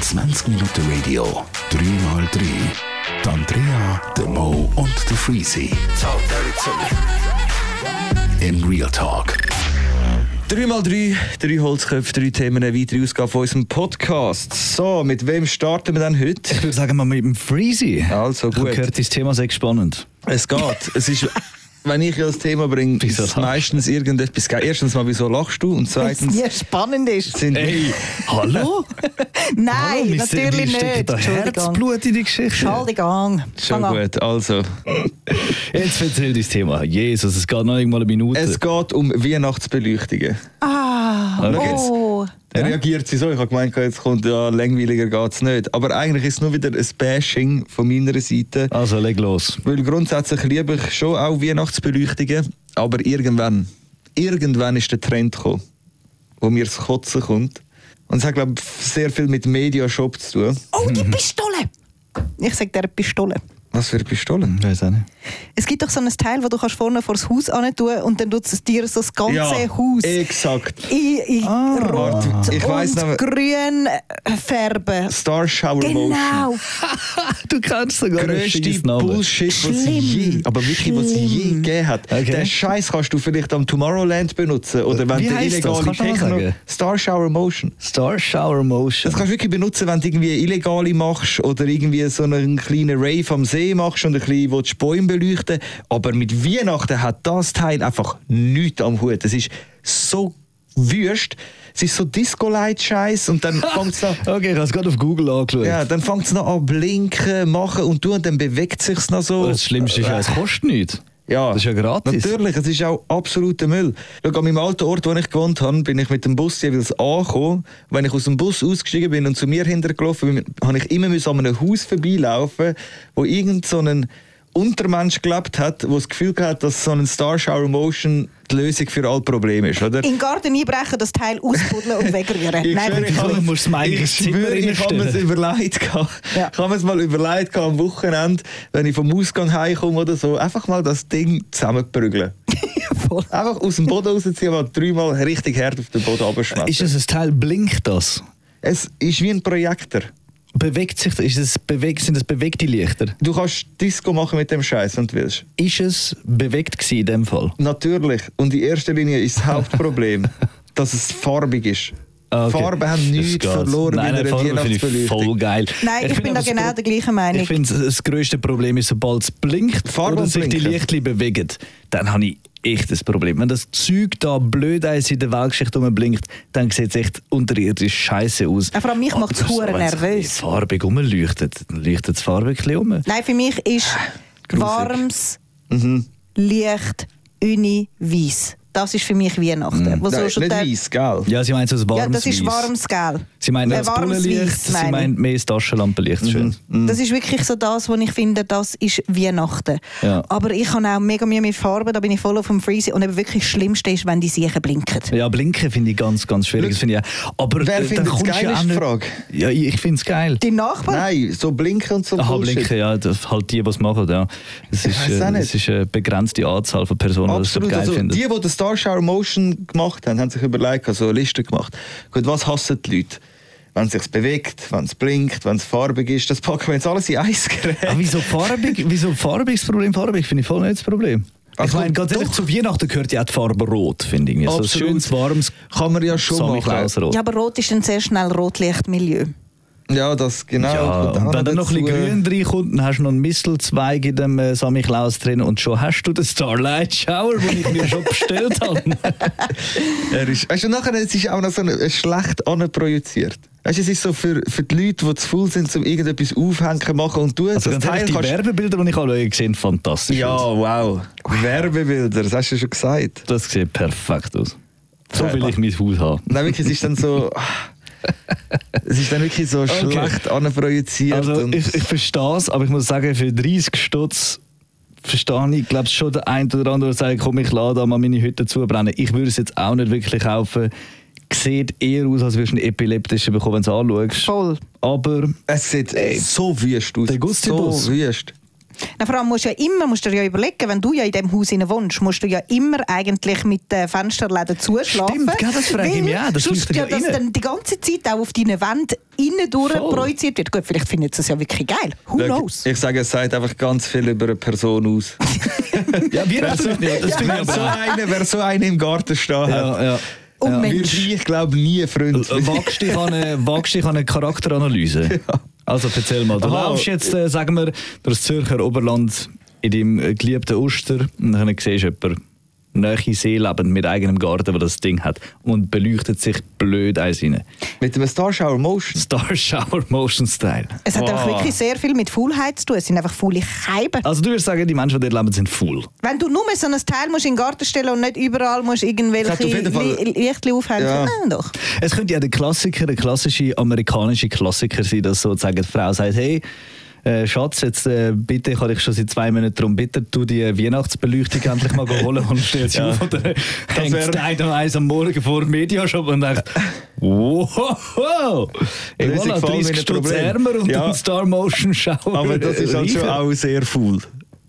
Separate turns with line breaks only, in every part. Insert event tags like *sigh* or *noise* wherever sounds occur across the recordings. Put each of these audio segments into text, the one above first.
20 Minuten Radio, 3x3. Die Andrea, der Mo und der Freezy. Im Real Talk.
3x3, drei Holzköpfe, drei Themen, eine weitere Ausgabe von unserem Podcast. So, mit wem starten wir denn heute?
Ich würde sagen, mal mit dem Freezy.
Also
Ich habe
gut.
gehört, das Thema sei spannend.
Es geht.
*laughs*
Es ist, wenn ich das Thema bringe, ist
Wieso
es
lachst du?
meistens irgendetwas. geil. Erstens mal, wieso lachst du? Und zweitens
Weil es nie spannend ist.
sind wir.
*laughs* hallo?
Nein,
Hallo, Mr.
natürlich
Wie steckt
nicht.
da
Entschuldigung.
Herzblut in die Geschichte.
Entschuldigung.
Schon
Fang an.
gut. Also,
Jetzt erzähl dein Thema. Jesus, es geht noch nicht mal eine Minute.
es geht um Weihnachtsbeleuchtungen.
Ah,
Okay.
oh.
Er reagiert sie so. Ich habe gemeint, jetzt kommt ja langweiliger geht's nicht. Aber eigentlich ist es nur wieder ein Bashing von meiner Seite.
also, leg los.
Weil grundsätzlich liebe ich schon auch Weihnachtsbeleuchtungen, aber irgendwann, irgendwann ist der Trend gekommen, wo mir das Kotzen kommt. Und es hat, glaube ich, sehr viel mit Mediashop zu tun.
Oh, die Pistole. Ich sage der Pistole.
Was für Pistolen?
Ich weiß auch nicht.
Es gibt doch so ein Teil, wo du kannst vorne vor das Haus hin tun und dann nutzt es dir so das ganze Haus
exakt. Ah.
in, in Rot
Warte, ich weiss
und
noch-
Grün äh, färben.
Star Shower Motion.
Genau.
*laughs* Du kannst sogar
Grösste Bullshit, was es je, aber wirklich, was es je gegeben hat.
Okay.
Den Scheiß kannst du vielleicht am Tomorrowland benutzen oder wenn
Wie
der
heisst das?
illegale
Kannst du noch
Techno.
sagen?
Star Shower Motion.
Star Shower Motion.
Das kannst du wirklich benutzen, wenn du irgendwie Illegale machst oder irgendwie so einen kleinen Rave am See machst und ein bisschen willst die Bäume beleuchten Aber mit Weihnachten hat das Teil einfach nichts am Hut. Es ist so wüst. Es ist so Disco-Light-Scheiß
*laughs*
und dann fängt es an...
Okay, ich habe es gerade auf Google angeschaut.
Ja, dann fängt es noch an blinken, machen und tun, dann bewegt sich's noch so.
Oh, Das Schlimmste ist ja, es kostet nichts.
Ja,
Das ist ja gratis.
Natürlich, es ist auch absoluter Müll. Schau, an meinem alten Ort, wo ich gewohnt habe, bin ich mit dem Bus jeweils angekommen. Wenn ich aus dem Bus ausgestiegen bin und zu mir hintergelaufen bin, habe ich immer müssen an einem Haus vorbeilaufen, wo irgend so ein Untermensch gelebt hat, der das Gefühl hat, dass so ein Star Shower Motion die Lösung für alle Probleme ist, oder?
In den Garten einbrechen, das Teil
*laughs*
ausbuddeln und wegrühren. *laughs*
schwöre,
Nein,
ich- du
habe mir-
musst es mir eigentlich
ich
ins Zimmer
schwöre, ich habe mir es
reinstellen.
überlegt. gehabt.
Ja.
Ich habe mir es mal überlegt gehabt am Wochenende, wenn ich vom Ausgang heimkomme oder so, einfach mal das Ding zusammenprügeln.
voll.
Einfach aus dem Boden rausziehen, mal dreimal richtig hart auf den Boden
Ist
abschmettern.
es ein Teil, blinkt das?
Es ist wie ein Projektor.
Bewegt sich, ist es bewegt, sind es bewegte Lichter?
Du kannst Disco machen mit dem Scheiß, wenn du willst.
Ist es bewegt gewesen in dem Fall?
Natürlich. Und in erster Linie ist das
*laughs*
Hauptproblem, dass es farbig ist.
Ah, okay.
Farben haben
Das
nichts
geht's.
verloren
nein,
bei
nein,
einer
Farben finde ich voll
Weihnachtsbeleuchtung.
geil.
Nein, ich
finde
bin da
aber das
genau
Gro-
der gleichen Meinung.
Ich finde, das grösste Problem ist, sobald es blinkt
Farben
oder sich die
blinken.
Lichtli bewegen, dann habe ich echt ein Problem. Wenn das Zeug da blöd eins in der Weltgeschichte rumblinkt, dann sieht es echt unterirdisch scheiße aus.
Ja, vor allem mich
Aber
macht's
so,
hure
wenn's
nervös.
ein bisschen farbig rumleuchtet, dann leuchtet es farbig ein bisschen um.
Nein, für mich ist
Äh,
warmes
Mhm.
Licht uni weiß. Das ist für mich
Mhm.
Weihnachten. Wo so
Nein,
schon
nicht
der-
weiss, gell?
Ja, sie meint so ein warmes
ja, das ist
Weiss.
warmes Gel.
Sie meint
Äh,
das
warmes
Brunnenlicht,
Weiss,
sie
meine
Mhm.
ich.
meint mehr das Taschenlampenlicht.
Mhm.
Schön.
Das ist wirklich so das, wo ich finde, das ist Weihnachten.
Ja.
Aber ich habe auch mega Mühe mit Farben, da bin ich voll auf dem Freezy. Und eben wirklich das Schlimmste ist, wenn die Siechen blinken.
Ja, blinken finde ich ganz, ganz schwierig. Das finde ich auch. Aber
Wer
äh, dann
findet's
kommst du
geil,
ja auch
ist die
nicht-
Frage.
Ja, ich, ich finde es geil.
Die Nachbarn?
Nein, so blinken und so
Aha,
Bullshit.
blinken, ja, das, halt die, die es machen. Ja. Es ist,
weiss
äh,
auch nicht.
es ist eine begrenzte Anzahl von Personen, die das
Absolut.
geil
Also, die,
finden.
die den Star Shower Motion gemacht haben, haben sich überlegt, also eine Liste gemacht. Gut, was hassen die Leute? Wenn es sich bewegt, wenn es blinkt, wenn es farbig ist, das packen wir jetzt alles in ein Gerät.
*laughs* Ah, wieso farbig? Wieso farbiges Problem? Farbig finde ich voll nicht das Problem. Ich
Also,
meine, ganz ehrlich,
doch.
zu Weihnachten gehört ja auch die Farbe Rot, finde ich. So ein
Absolut.
schönes, warmes
Kann man ja schon machen.
Samichlausrot.
Ja, aber rot ist dann sehr schnell Rotlichtmilieu.
Ja, das genau.
Ja,
kommt auch
und
noch
wenn dann noch ein
dazu. äh,
bisschen Grün reinkommt, dann hast du noch einen Mistelzweig in dem äh, Samichlaus drin und schon hast du den Starlight Shower, den ich mir schon bestellt habe.
*laughs* Er ist, weißt du, nachher es ist auch noch so ein- äh, schlecht anprojiziert. Weißt du, es ist so für, für die Leute, die zu faul sind, um irgendetwas aufhängen, machen und tun.
Also
das
ganz ehrlich, die
kannst-
Werbebilder, die ich alle gesehen habe, fantastisch.
Ja,
aus.
wow. Werbebilder, das hast du schon gesagt.
Das sieht perfekt aus. So will ich mein Haus haben.
Nein, wirklich, es ist
*laughs*
dann so. es ist dann wirklich so
Okay.
schlecht anprojiziert.
Also
und
ich, ich verstehe es, aber ich muss sagen, für 30 Stutz verstehe ich, glaube schon der ein oder andere, der sagt, komm, ich lade da mal meine Hütte zubrennen. Ich würde es jetzt auch nicht wirklich kaufen. Sieht eher aus, als würdest du einen epileptischen bekommen, wenn du es anschaust.
Voll.
Aber
es sieht so wüst aus.
Der Gustibus.
So wüst.
Na, vor allem musst du ja immer musst du dir ja überlegen, wenn du ja in diesem Haus hinein wohnst, musst du ja immer eigentlich mit den Fensterläden zuschlafen.
Stimmt, gell, das frage ich
weil
mich auch, das
sonst
leuchtet
ja,
ja
das
rein.
dann die ganze Zeit auch auf deinen Wänden innen durch
Voll.
projiziert wird. Gut, vielleicht findet sie es ja wirklich geil. Who
Schau,
knows?
Ich sage, es sagt einfach ganz viel über eine Person aus.
*laughs* *laughs* Ja, wir
Wer so,
natürlich nicht. Das finde
wer
ich
so,
aber
eine, wer so einen im Garten stehen hat,
Ja, ja.
Oh
ja.
würde
Mensch.
ich, glaube nie Freund.
Äh, Wagst dich an eine, wagst dich an eine *laughs* Charakteranalyse? Also erzähl mal, du
Aha.
laufst jetzt, äh, sagen wir, durchs Zürcher Oberland in deinem äh, geliebten Oster und dann siehst du jemanden nahe Seeleben mit eigenem Garten, der das Ding hat und beleuchtet sich blöd eins rein.
Mit einem Starshower Motion.
Star Shower Motion Style.
Es hat
Wow.
einfach wirklich sehr viel mit Faulheit zu tun. Es sind einfach faule Keiben.
Also du würdest sagen, die Menschen, die dort leben, sind faul.
Wenn du nur so ein Teil musst in den Garten stellen und nicht überall musst irgendwelche
Das hat auf jeden Fall-
Li- Lichtchen aufhängen
Ja.
Nein, doch.
Es könnte ja der Klassiker, der klassische amerikanische Klassiker sein, dass sozusagen die Frau sagt, hey, äh, Schatz, jetzt äh, bitte, ich habe dich schon seit zwei Monaten darum bitten, tu die Weihnachtsbeleuchtung endlich *laughs* mal holen und stell sie auf. Und *laughs* dann
wär-
hängt der eine um eins am Morgen vor dem Mediashop und denkt, wow, ey,
Lösung
voilà,
von all
30
meinen
Stutz
Problemen.
ärmer und
Ja.
dann Star Motion Shower.
Aber das ist halt schon
reicher.
auch sehr faul.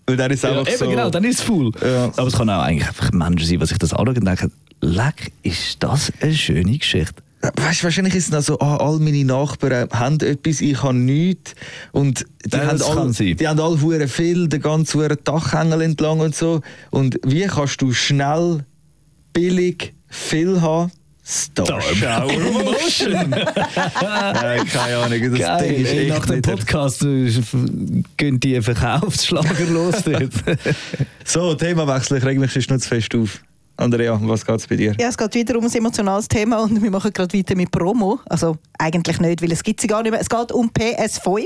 Weil der ist
Ja,
einfach
eben
so...
genau, dann ist es faul.
Ja.
Aber es kann auch eigentlich einfach Menschen sein, die sich das anschauen und denken, leck, ist das eine schöne Geschichte.
Weißt, wahrscheinlich ist es noch so, ah, all meine Nachbarn haben etwas, ich habe nichts. Und die
Ja,
haben
das
all,
kann sein.
die haben alle hure viel, den ganzen hure Dachhängel entlang und so. Und wie kannst du schnell, billig, viel haben? Star Shower
Motion.
*laughs* Nein, keine Ahnung, das
Geil,
Ding ist
ey, nach
echt
dem
nicht.
Podcast äh, f- gehen die Verkaufsschlager los.
*laughs*
dort.
So, Themawechsel, ich reg mich sonst noch zu fest auf. Andrea, was geht's bei dir?
Ja, es geht wieder um ein emotionales Thema und wir machen gerade weiter mit Promo. Also eigentlich nicht, weil es gibt sie gar nicht mehr. Es geht um PS5,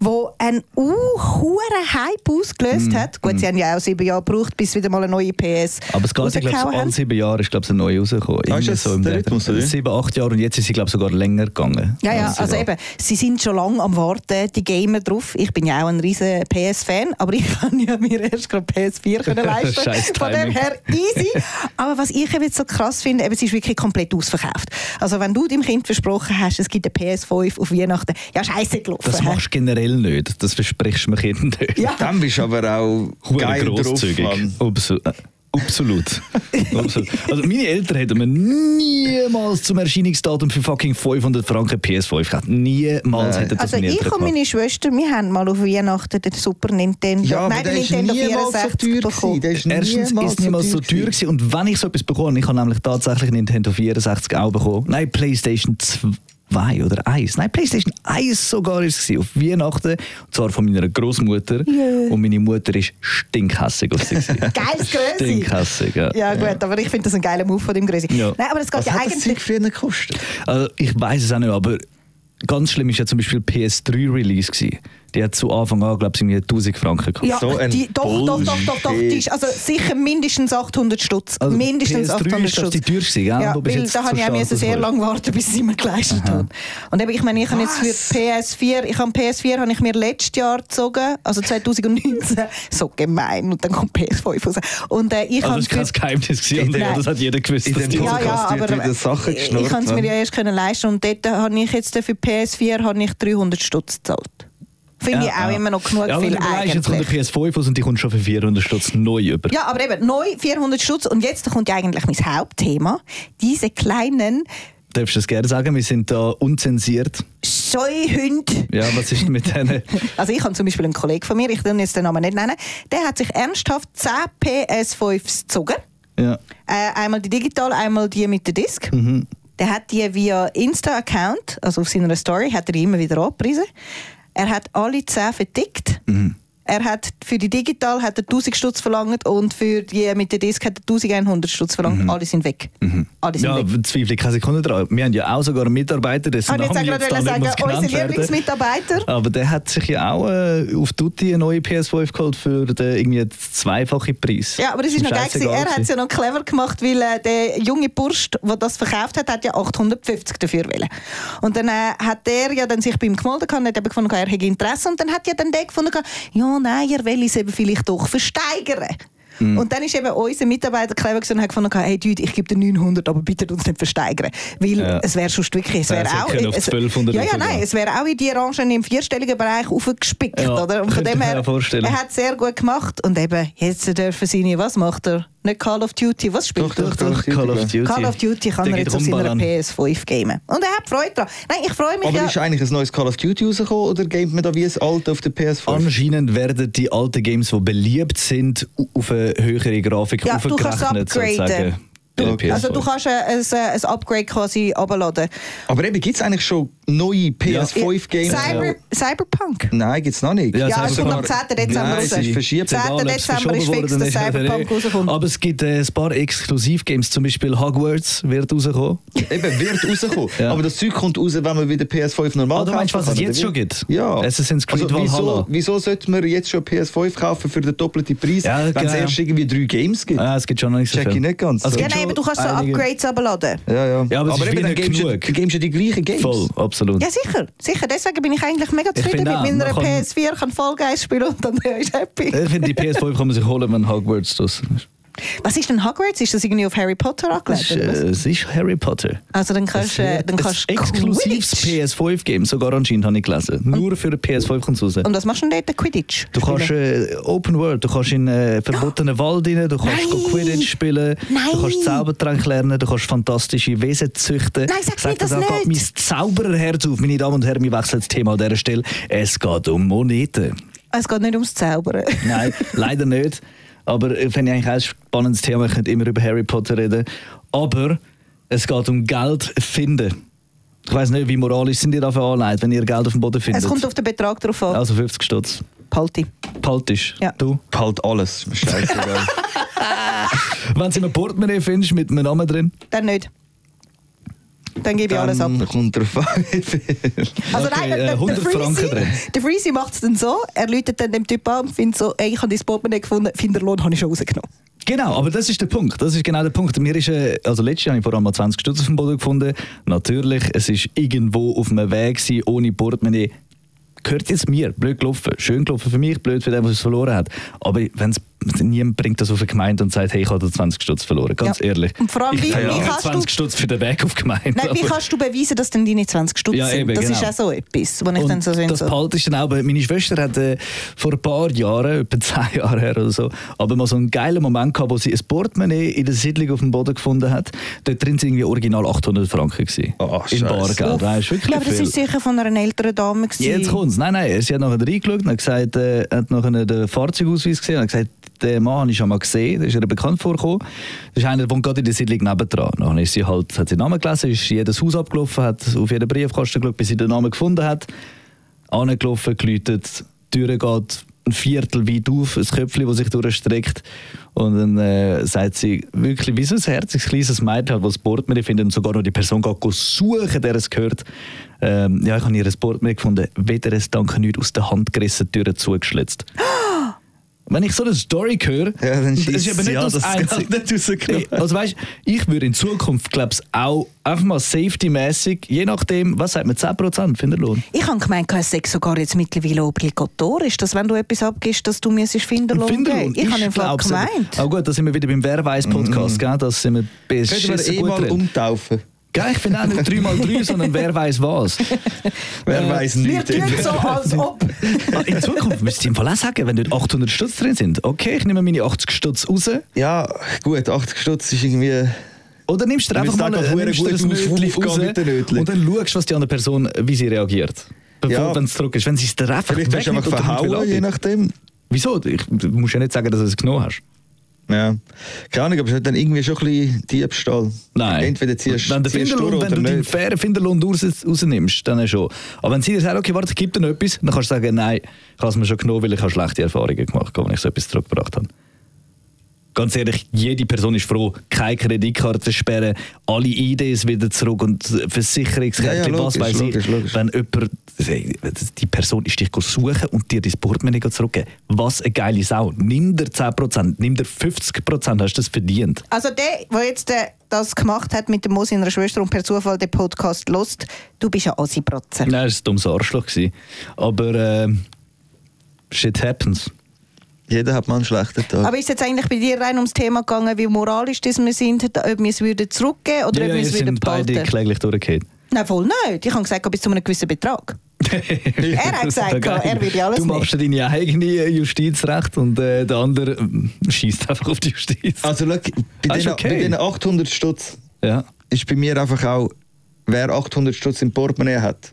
wo ein hohen Hype ausgelöst
Mhm.
hat. Gut, sie haben ja auch sieben Jahre gebraucht, bis wieder mal eine neue PS
Aber es geht, ich glaube,
rausgehauen
alle
haben.
sieben Jahre ist glaube ich, eine neue rausgekommen.
Ah, ist
Irgendwie
das der
Dreh.
Rhythmus, oder?
Sieben, acht Jahre und jetzt ist sie, glaube ich, sogar länger gegangen.
Ja, ja, also
sie war.
eben, sie sind schon lange am Warten, die Gamer drauf. Ich bin ja auch ein riesen PS-Fan, aber ich *laughs* kann ja mir erst gerade
*laughs*
PS4 können leisten.
Scheiß
Von dem
Timing.
her easy. Aber was ich eben jetzt so krass finde, eben, es ist wirklich komplett ausverkauft. Also wenn du deinem Kind versprochen hast, es gibt eine PS5 auf Weihnachten, ja scheiße gelaufen.
Das
hä?
machst du generell nicht. Das versprichst du mir Kindern *laughs* nicht.
Ja.
Dann bist du aber auch
Hure
geil drauf,
grosszügig.
Mann.
Absol äh, *laughs* Absolut. Absolut. Also meine Eltern hätten mir niemals zum Erscheinungsdatum für fucking 500 Franken PS5 gehabt. Niemals hätten das
also
meine
ich
Eltern
und
gemacht.
meine Schwester, wir haben mal auf Weihnachten den Super Nintendo,
Ja, aber
nein,
der
den
ist
Nintendo
niemals so
64
teuer gewesen.
bekommen.
Der ist
Erstens ist
niemals
es niemals so teuer
gewesen.
gewesen. und wenn ich so etwas bekomme, ich habe nämlich tatsächlich Nintendo 64 auch bekommen, nein, Playstation 2 oder 1, nein, Playstation 1 sogar ist es gewesen, auf Weihnachten, und zwar von meiner Großmutter und meine Mutter ist stinkhässig auf sie. gewesen.
Geiles Grösse.
Stinkhässig, ja.
Ja gut, aber ich finde das ein geiler Move von dem Größe.
Ja.
Nein, aber es geht
Was
ja
hat das
eigentlich...
Zeug für ihn gekostet?
Also, ich weiß es auch nicht, aber ganz schlimm ist ja zum Beispiel PS3-Release gewesen. Die hat zu Anfang an, glaube ich, irgendwie 1000 Franken gekostet.
Ja,
So ein
die, doch, doch, doch, doch, doch, die
Bullshit.
ist also sicher mindestens 800 Stutz.
Also
mindestens
PS3 ist
800
das
Stutz.
die teuerste, gell?
Ja,
Wo bis
weil
jetzt
da habe ich auch
verstanden
müssen sehr
wurde.
lange warten, bis sie mir geleistet haben. Und eben, ich meine, ich habe jetzt für
Was?
PS4, ich habe PS4 habe ich mir letztes Jahr gezogen, also 2019. *laughs* so gemein, und dann kommt PS5 raus. Und äh, ich
Also,
habe
das war kein
für-
Geheimnis, gewesen,
Nein.
Andrea, das hat jeder gewusst.
In
dass
dem
die-
Podcast wird wieder Sachen
ich, ich
geschnurrt,
kann es mir
ne?
ja erst können leisten und dort habe ich jetzt für PS4 habe ich 300 Stutz gezahlt. Finde ich auch immer noch genug
ja, aber
viel
du überlegst,
eigentlich.
Jetzt kommt der PS5 raus und die kommt schon für 400 Stutz neu über.
Ja, aber eben, neu 400 Stutz. Und jetzt kommt ja eigentlich mein Hauptthema. Diese kleinen
Darfst du das gerne sagen? Wir sind da unzensiert.
Scheuhunde.
Ja, was ist denn mit denen?
*laughs* Also ich habe zum Beispiel einen Kollegen von mir, ich will jetzt den Namen nicht nennen, der hat sich ernsthaft 10 PS5s gezogen.
Ja.
Äh, einmal die digital, einmal die mit der Disk. Der hat die via Insta-Account, also auf seiner Story, hat er die immer wieder abgepriesen. Er hat alle 10 vertickt. Er hat für die digital hat er 1000 Stutz verlangt und für die mit der Disk hat er 1100 Stutz verlangt. Alle sind weg. Alle sind
Ja,
weg.
zweifle ich keine Sekunde dran. Wir haben ja auch sogar einen Mitarbeiter, dessen
Kann ich Ah, jetzt
Namen
auch
jetzt
gerade
da nicht
sagen,
muss genannt
unser
werden.
Lieblingsmitarbeiter?
Aber der hat sich ja auch äh, auf Tutti eine neue PS5 geholt für den irgendwie zweifachen Preis.
Ja, aber das ist noch geil. gewesen. Er hat es ja noch clever gemacht, weil äh, der junge Bursch, der das verkauft hat, hat ja 850 dafür wollen. Und dann äh, hat der ja dann sich bei ihm gemeldet und hat eben gefunden, er hätte Interesse. Und dann hat ja dann der gefunden, ja nein, er will es eben vielleicht doch versteigern.
Mhm.
Und dann ist eben unser Mitarbeiter clever gewesen und hat gefunden, hey Dude, ich gebe dir 900, aber bitte uns nicht versteigern. Weil
Ja.
es wäre sonst wirklich, es
Ja,
wäre
es hätte
auch...
können auf
es-
1200
ja, ja,
raufgehen.
nein, es wäre auch in die Orangen im vierstelligen Bereich aufgespickt,
Ja,
oder? Und von
könnte
dem
ich mir
her,
auch vorstellen.
er hat es sehr gut gemacht und eben, jetzt dürfen seine, was macht er? Nicht Call of Duty, was spielt
Doch,
er?
doch, doch, Call of
Duty.
Call of Duty kann
Der
er
geht um
jetzt auf seiner
rumballern.
PS5 gamen. Und er hat Freude daran. Nein, ich freue mich
Aber
ja.
ist eigentlich ein neues Call of Duty rausgekommen oder geht man da wie ein alte auf der PS5?
Anscheinend werden die alten Games, die beliebt sind, au- auf eine höhere Grafik
Ja, du kannst
aufgerechnet,
sie upgraden.
sozusagen.
Du-
Der PS5.
also du kannst ein, ein, ein Upgrade quasi abladen.
Aber eben, gibt es eigentlich schon neue PS5-Games?
Cyber, Cyberpunk.
Nein, gibt es noch nicht.
Ja,
Ja,
es
es
ist
kommt
sogar-
am 10. Dezember
Nein,
raus.
es ist verschiebt.
10.
Egal, ob es
Dezember ist
verschoben
fix,
worden
dass
ist, hat er eh-
Cyberpunk rauskommt.
Aber es gibt äh, ein paar Exklusiv-Games, zum Beispiel Hogwarts wird rauskommen.
Eben, wird rauskommen.
Ja.
Aber das Zeug kommt raus, wenn man wieder PS5 normal
Ah, du meinst,
kaufen
was es
kann,
jetzt
oder
schon
wie?
gibt?
Ja. Also,
Assassin's Creed Valhalla.
wieso, wieso sollte man jetzt schon PS5 kaufen für den doppelten Preis,
Ja,
wenn es
ja.
erst irgendwie drei Games gibt?
Ah, es gibt schon noch nicht so
Check ich
viel.
nicht ganz.
Also
Ja,
gibt
nein,
schon
aber du kannst so
einige-
Upgrades abladen.
Ja, ja.
Ja, aber es ist
eben,
wieder
dann gibst du-
genug.
dann gibst du die gleichen Games.
Voll, absolut.
Ja, sicher, sicher. Deswegen bin ich eigentlich mega zufrieden
finde
mit
auch,
meiner
man kann-
PS4. Ich kann Fall Guys spielen und dann *laughs* ist happy.
Ich finde, die PS5 kann man sich holen, wenn Hogwarts draussen ist.
Was ist denn Hogwarts? Ist das irgendwie auf Harry Potter
Das ist,
angelegt?
äh,
oder was?
Es ist Harry Potter.
Also dann kannst du äh, dann kannst du
ein exklusives
Quidditch.
PS5-Game, sogar anscheinend habe ich gelesen. Nur für die PS5 kommt es raus.
Und was machst du denn dort? Quidditch?
Du kannst
spielen?
äh, Open World, du kannst in äh, verbotenen Wald rein, du kannst
Nein!
Quidditch spielen,
Nein!
du kannst Zaubertränke lernen, du kannst fantastische Wesen züchten.
Nein, sag mir
dir,
das
Da geht mein
nicht!
Zaubererherz auf. Meine Damen und Herren, wir wechseln das Thema an dieser Stelle. Es geht um Moneten.
Es geht nicht ums Zaubern.
äh,
*laughs*
Nein, leider nicht. Aber äh, finde ich eigentlich auch ein spannendes Thema. Ich könnte immer über Harry Potter reden. Aber es geht um Geld finden. Ich weiß nicht, wie moralisch sind ihr dafür anlegt, wenn ihr Geld auf dem Boden findet.
Es kommt um auf den Betrag drauf an. Halt
also 50 Stutz.
Palti.
Paltisch.
Ja.
Du?
Halt alles.
*laughs*
Scheißegal.
Wenn du ein Portemonnaie findest mit einem Namen drin.
Dann nicht. Dann gebe ich alles ab.
Dann kommt drauf an.
Also
Okay,
nein,
äh,
der, der
100 Franken drin.
Freezy, der Freezy macht es dann so, er läutet dann dem Typ an und findet so, ey, ich habe dein Portemonnaie gefunden, Finderlohn habe ich schon
*laughs*
rausgenommen.
Genau, aber das ist der Punkt. Das ist genau der Punkt. Mir ist, äh, also letztes Jahr habe ich vor allem mal 20 Stutz auf dem Boden gefunden. Natürlich, es ist irgendwo auf einem Weg gewesen, ohne Portemonnaie. Gehört jetzt mir, blöd gelaufen. Schön gelaufen für mich, blöd für den, der es verloren hat. Aber wenn's, niemand bringt das auf eine Gemeinde und sagt, hey, ich habe da 20 Stutz verloren. Ganz
Ja.
ehrlich.
Und vor allem, wie-
ich zahle
wie
auch
kannst
20
du-
Stutz für den Weg auf die Gemeinde.
Nein, wie
aber-
kannst du beweisen, dass denn deine 20 Stutz
Ja,
sind?
eben,
das
genau.
ist auch so etwas, wo ich dann so
Und
finde.
das
So.
behalte ich dann auch. bei- Meine Schwester hat äh, vor ein paar Jahren, etwa *laughs* zehn Jahre her oder so, aber mal so einen geilen Moment gehabt, wo sie ein Portemonnaie in der Siedlung auf dem Boden gefunden hat. Dort drin sind irgendwie original 800 Franken gewesen.
Ah,
in
Scheiße.
Bargeld. Das ist wirklich
ja, aber das
viel.
ist sicher von einer älteren Dame. Gewesen.
Jetzt kommt's. Nein, nein, sie hat nachher reingeschaut und hat gesagt, äh, hat nachher den Fahrzeugausweis gesehen und hat gesagt, den Mann habe ich schon mal gesehen, der ist ihr bekannt vorgekommen. Das ist einer, der wohnt gerade in der Siedlung nebendran. Nachher ist sie halt, hat sie den Namen gelesen, ist jedes Haus abgelaufen, hat auf jeden Briefkasten geschaut, bis sie den Namen gefunden hat. Angelaufen, geläutet, die Türe geht ein Viertel weit auf, ein Köpfchen, das sich durchstreckt. Und dann äh, sagt sie wirklich, wie so ein herziges kleines Mädchen, halt, das Portemonnaie findet und sogar noch die Person geht go suchen, der es gehört. Ähm, ja, ich habe ihr ein Portemonnaie gefunden, weder es Danke nicht aus der Hand gerissen, die Türe
*gasps*
zugeschlitzt. Wenn ich so eine Story höre,
Ja, dann
und
scheisst sie an, dass das Geld nicht rausgenommen
Nee, also weißt, ich würde in Zukunft, glaube ich, auch einfach mal safety-mäßig, je nachdem, was sagt man, 10% für den Lohn?
Ich habe gemeint, es sei sogar jetzt mittlerweile obligatorisch, dass wenn du etwas abgibst, dass du müsstest Finderlohn geben
Finderlohn.
Ich habe im Fall
glaub's aber.
gemeint.
Aber gut, da sind wir wieder beim Wer weiß Podcast, gell? Das sind wir
Könnten Mhm. wir
beschissen
eh
gut
mal
drin.
umtaufen?
Gell, ich finde auch nicht
*laughs*
3x3, sondern wer weiß was.
Wer
Äh,
weiß
Wir
nicht.
tun so, als ob.
*laughs* Ah, In Zukunft müsst ihr im Fall auch sagen, wenn dort 800 Stutz drin sind. Okay, ich nehme meine 80 Stutz raus.
Ja, gut, 80 Stutz ist irgendwie.
Oder nimmst du
Wir
einfach mal
sagen,
ein-
verdammt
nimmst du
gut
ein Nötchen
auf-
raus
aufgehen mit den Nötchen.
und dann schaust, was die andere Person, wie sie reagiert. Bevor,
Ja.
wenn es zurück ist. Wenn sie es dir einfach
Vielleicht hast du
wegnimmt
einfach
und dann
verhauen,
will
je
abbiegen.
nachdem.
Wieso? Ich, du musst ja nicht sagen, dass du es genommen hast.
Ja. Keine Ahnung, aber es hat dann irgendwie schon ein bisschen Diebstahl.
Nein.
Entweder ziehst,
wenn der
ziehst du
Finderlohn,
durch
wenn du
oder
deinen
nicht.
fairen Finderlohn raus, rausnimmst, dann schon. Aber wenn sie dir sagen, okay, warte, ich gebe dir noch etwas, dann kannst du sagen, nein, ich habe es mir schon genommen, weil ich habe schlechte Erfahrungen gemacht habe, wenn ich so etwas zurückgebracht habe. Ganz ehrlich, jede Person ist froh, keine Kreditkarte sperren, alle IDs wieder zurück und Versicherungskarte,
Ja, ja,
was
logisch,
weiß ich.
logisch, logisch.
Wenn jemand, die Person ist dich suchen und dir dein Portemonnaie zurückgeben, was eine geile Sau. Nimm dir 10%, nimm dir 50%, hast du das verdient.
Also der, der jetzt äh, das gemacht hat mit dem Mo seiner Schwester und per Zufall den Podcast lost, du bist ein Assi-Protzer.
Nein, es war ein dummes Arschloch. gewesen. Aber ähm, shit happens.
Jeder hat mal einen schlechten Tag.
Aber ist jetzt eigentlich bei dir rein ums Thema gegangen, wie moralisch das wir sind, da- ob wir es würden zurückgeben oder
ja,
ob
ja,
wir
ihr
es würden
sind beide
behalten?
kläglich durchgehend.
Nein, voll nicht. Ich habe gesagt, bis zu einem
*laughs*
gewissen Betrag. Er hat gesagt, er würde alles
Du machst ja deine eigene Justizrecht und äh, der andere schießt einfach auf die Justiz.
Also, schau, bei,
Ah, ist
den,
okay.
bei den 800 Stutz
ja.
ist bei mir einfach auch, wer 800 Stutz im Portemonnaie hat,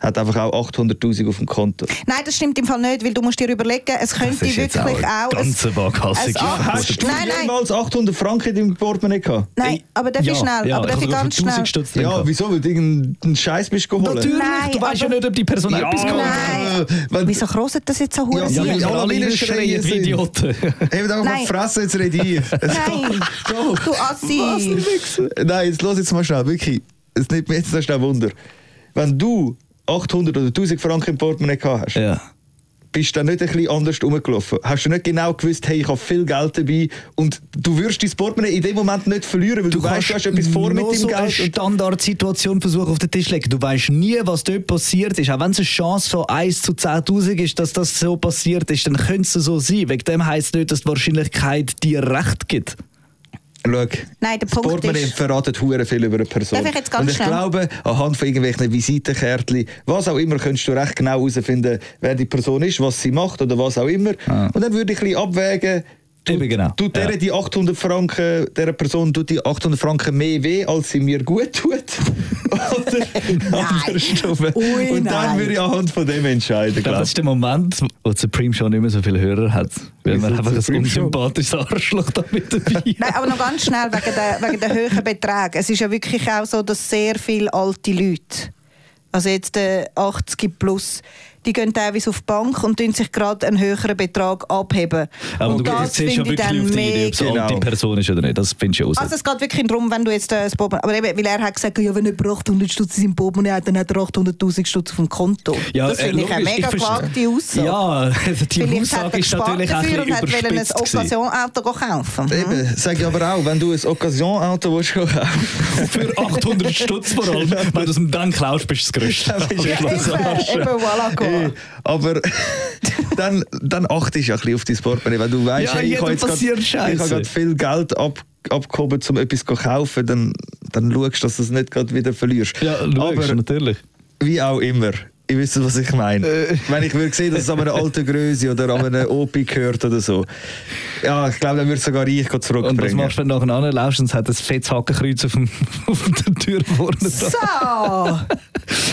hat einfach auch 800.000 auf dem Konto.
Nein, das stimmt im Fall nicht, weil du musst dir überlegen, es könnte
ist jetzt
wirklich
auch eine
auch...
ganze
ein-
waghalsige
ein
Frage.
Ach-
Hast
Du
Nein, nein,
jemals 800 Franken in deinem Portemonnaie gehabt?
nein, aber darf
ja,
ich schnell,
Ja, also
aber darf ich
sogar
ganz
für 1000
schnell...
Stutz drin
Ja,
gehabt.
wieso? Weil du irgendeinen Scheiß bist geholt.
Natürlich,
Nein,
du weißt ja
aber-
nicht, ob die Person
Ja,
etwas geholt hat.
Nein. Weil-
Wieso kroset das jetzt so hure
Ja,
Ja,
Sie?
weil
Ja,
wir alle
alle
schreien wie
sind.
Idioten.
Eben einfach mal
Nein.
die Fresse, jetzt rede ich.
*laughs*
Es-
Nein, du Assi.
Nein, jetzt los jetzt mal schnell, wirklich. Es nimmt mir jetzt noch schnell Wunder. Wenn du 800 oder 1000 Franken im Portemonnaie gehabt hast,
ja.
bist du dann nicht ein bisschen anders rumgelaufen? Hast du nicht genau gewusst, hey, ich habe viel Geld dabei und du wirst dein Portemonnaie in dem Moment nicht verlieren, weil du, weißt, du hast etwas vor mit
noch
dem
so eine
Geld. und-
Standardsituation versuchen auf den Tisch zu legen. Du weißt nie, was dort passiert ist. Auch wenn es eine Chance von 1 zu 10.000 ist, dass das so passiert ist, dann könnte es so sein. Wegen dem heisst nicht, dass die Wahrscheinlichkeit dir recht gibt.
Schau,
Nein, der
das
Punkt
Portemonnaie
ist-
verratet hure viel über eine Person.
Darf ich jetzt ganz
und ich
schnell?
glaube, anhand von irgendwelchen Visitenkärtchen, was auch immer, kannst du recht genau herausfinden, wer die Person ist, was sie macht oder was auch immer.
Ah.
Und dann würde ich ein bisschen abwägen, tut-
Eben genau,
tut
ja.
der die 800 Franken, der Person tut die 800 Franken mehr weh, als sie mir gut tut. oder andersrum.
Ui,
Und
nein.
dann würde ich anhand von dem entscheiden,
Ich glaube,
glaube
das ist der Moment, wo Supreme schon nicht mehr so viele Hörer hat. Weil
Wieso
man einfach ein
Supreme Show?
unsympathisches Arschloch da mit
*laughs*
dabei
Nein, aber noch ganz schnell wegen der, wegen der hohen Beträge. Es ist ja wirklich auch so, dass sehr viele alte Leute, also jetzt äh, 80 plus, die gehen teilweise auf die Bank und tun sich gerade einen höheren Betrag abheben.
Aber
und
du
das
siehst ja
finde ich
wirklich
dann
auf die Idee,
mega.
ob es eine alte
Genau.
Person ist oder nicht. Das findest du ja raus.
Also es geht wirklich darum, wenn du jetzt äh, das Portemonnaie... Aber eben, weil er hat gesagt, ja, wenn jemand 800 Stutz in seinem Portemonnaie hat, dann hat er 800'000 Stutz auf dem Konto. das
äh,
finde ich eine
logisch,
mega
verstehe.
gewagte Aussage.
Ja, *laughs* die
Vielleicht hat
Aussage
er
ist
gespart
natürlich auch ein bisschen
dafür und hat wollen ein
überspitzt gewesen.
Occasion-Auto kaufen.
Eben, sag ich aber auch, wenn du ein Occasion-Auto willst, kaufen
Für 800 Stutz vor allem. Wenn du es ihm dann klaust, bist du das Größte.
*laughs* Ja, eben, eben, voilà, go.
Hey, aber *laughs* dann, dann achtest du ja ein bisschen auf dein Portemonnaie, weil du weißt,
Ja,
hey, ich
jedem
habe jetzt
passiert
gerade- ich
Scheiße.
habe gerade viel Geld ab, abgehoben, um etwas zu kaufen, dann, dann schaust du, dass du es nicht gerade wieder verlierst.
Ja,
aber
aber natürlich.
wie auch immer, ich wüsste, was ich meine.
Äh.
Wenn ich würde sehen, dass es an einer alten Größe oder an einem OP gehört oder so. Ja, ich glaube, dann würde sogar ich zurückbringen.
Und was machst du, wenn du nachher anläufst und es hat ein fettes Hakenkreuz auf, dem, *laughs* auf der Tür vorne dran?
So!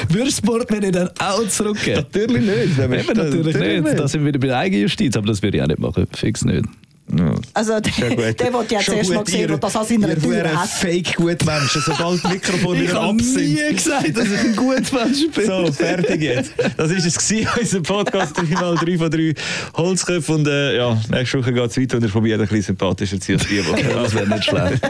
Würdest du Portemonnaie dann auch *laughs* zurückgeben?
Natürlich nicht. wenn wir-
Eben, natürlich nicht. Da sind wir wieder bei der Eigenjustiz, aber das würde ich auch nicht machen. Fix nicht.
Ja.
Also der,
Schon gut.
der wollte ja
Schon
zuerst
gut,
mal sehen,
ihr-
der das an seiner
ihr
Tür
huren
hat.
fake gut Menschen,
*laughs*
sobald das also Mikrofon wieder ab sind.
gesagt, dass ich ein guter *laughs* Mensch bin.
So, fertig jetzt. Das war es, gewesen, *laughs* unser Podcast 3x3 von 3 Holzköpfe. Und äh, ja, nächste Woche geht es weiter und ich probiere ein bisschen sympathischer zu sein als
*laughs*
die Woche.
Das wäre nicht schlecht.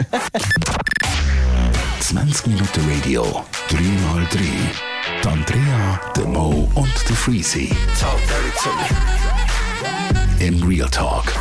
20 Minuten Radio, 3x3. Andrea, der Mo und der Freezy. Im Real Talk.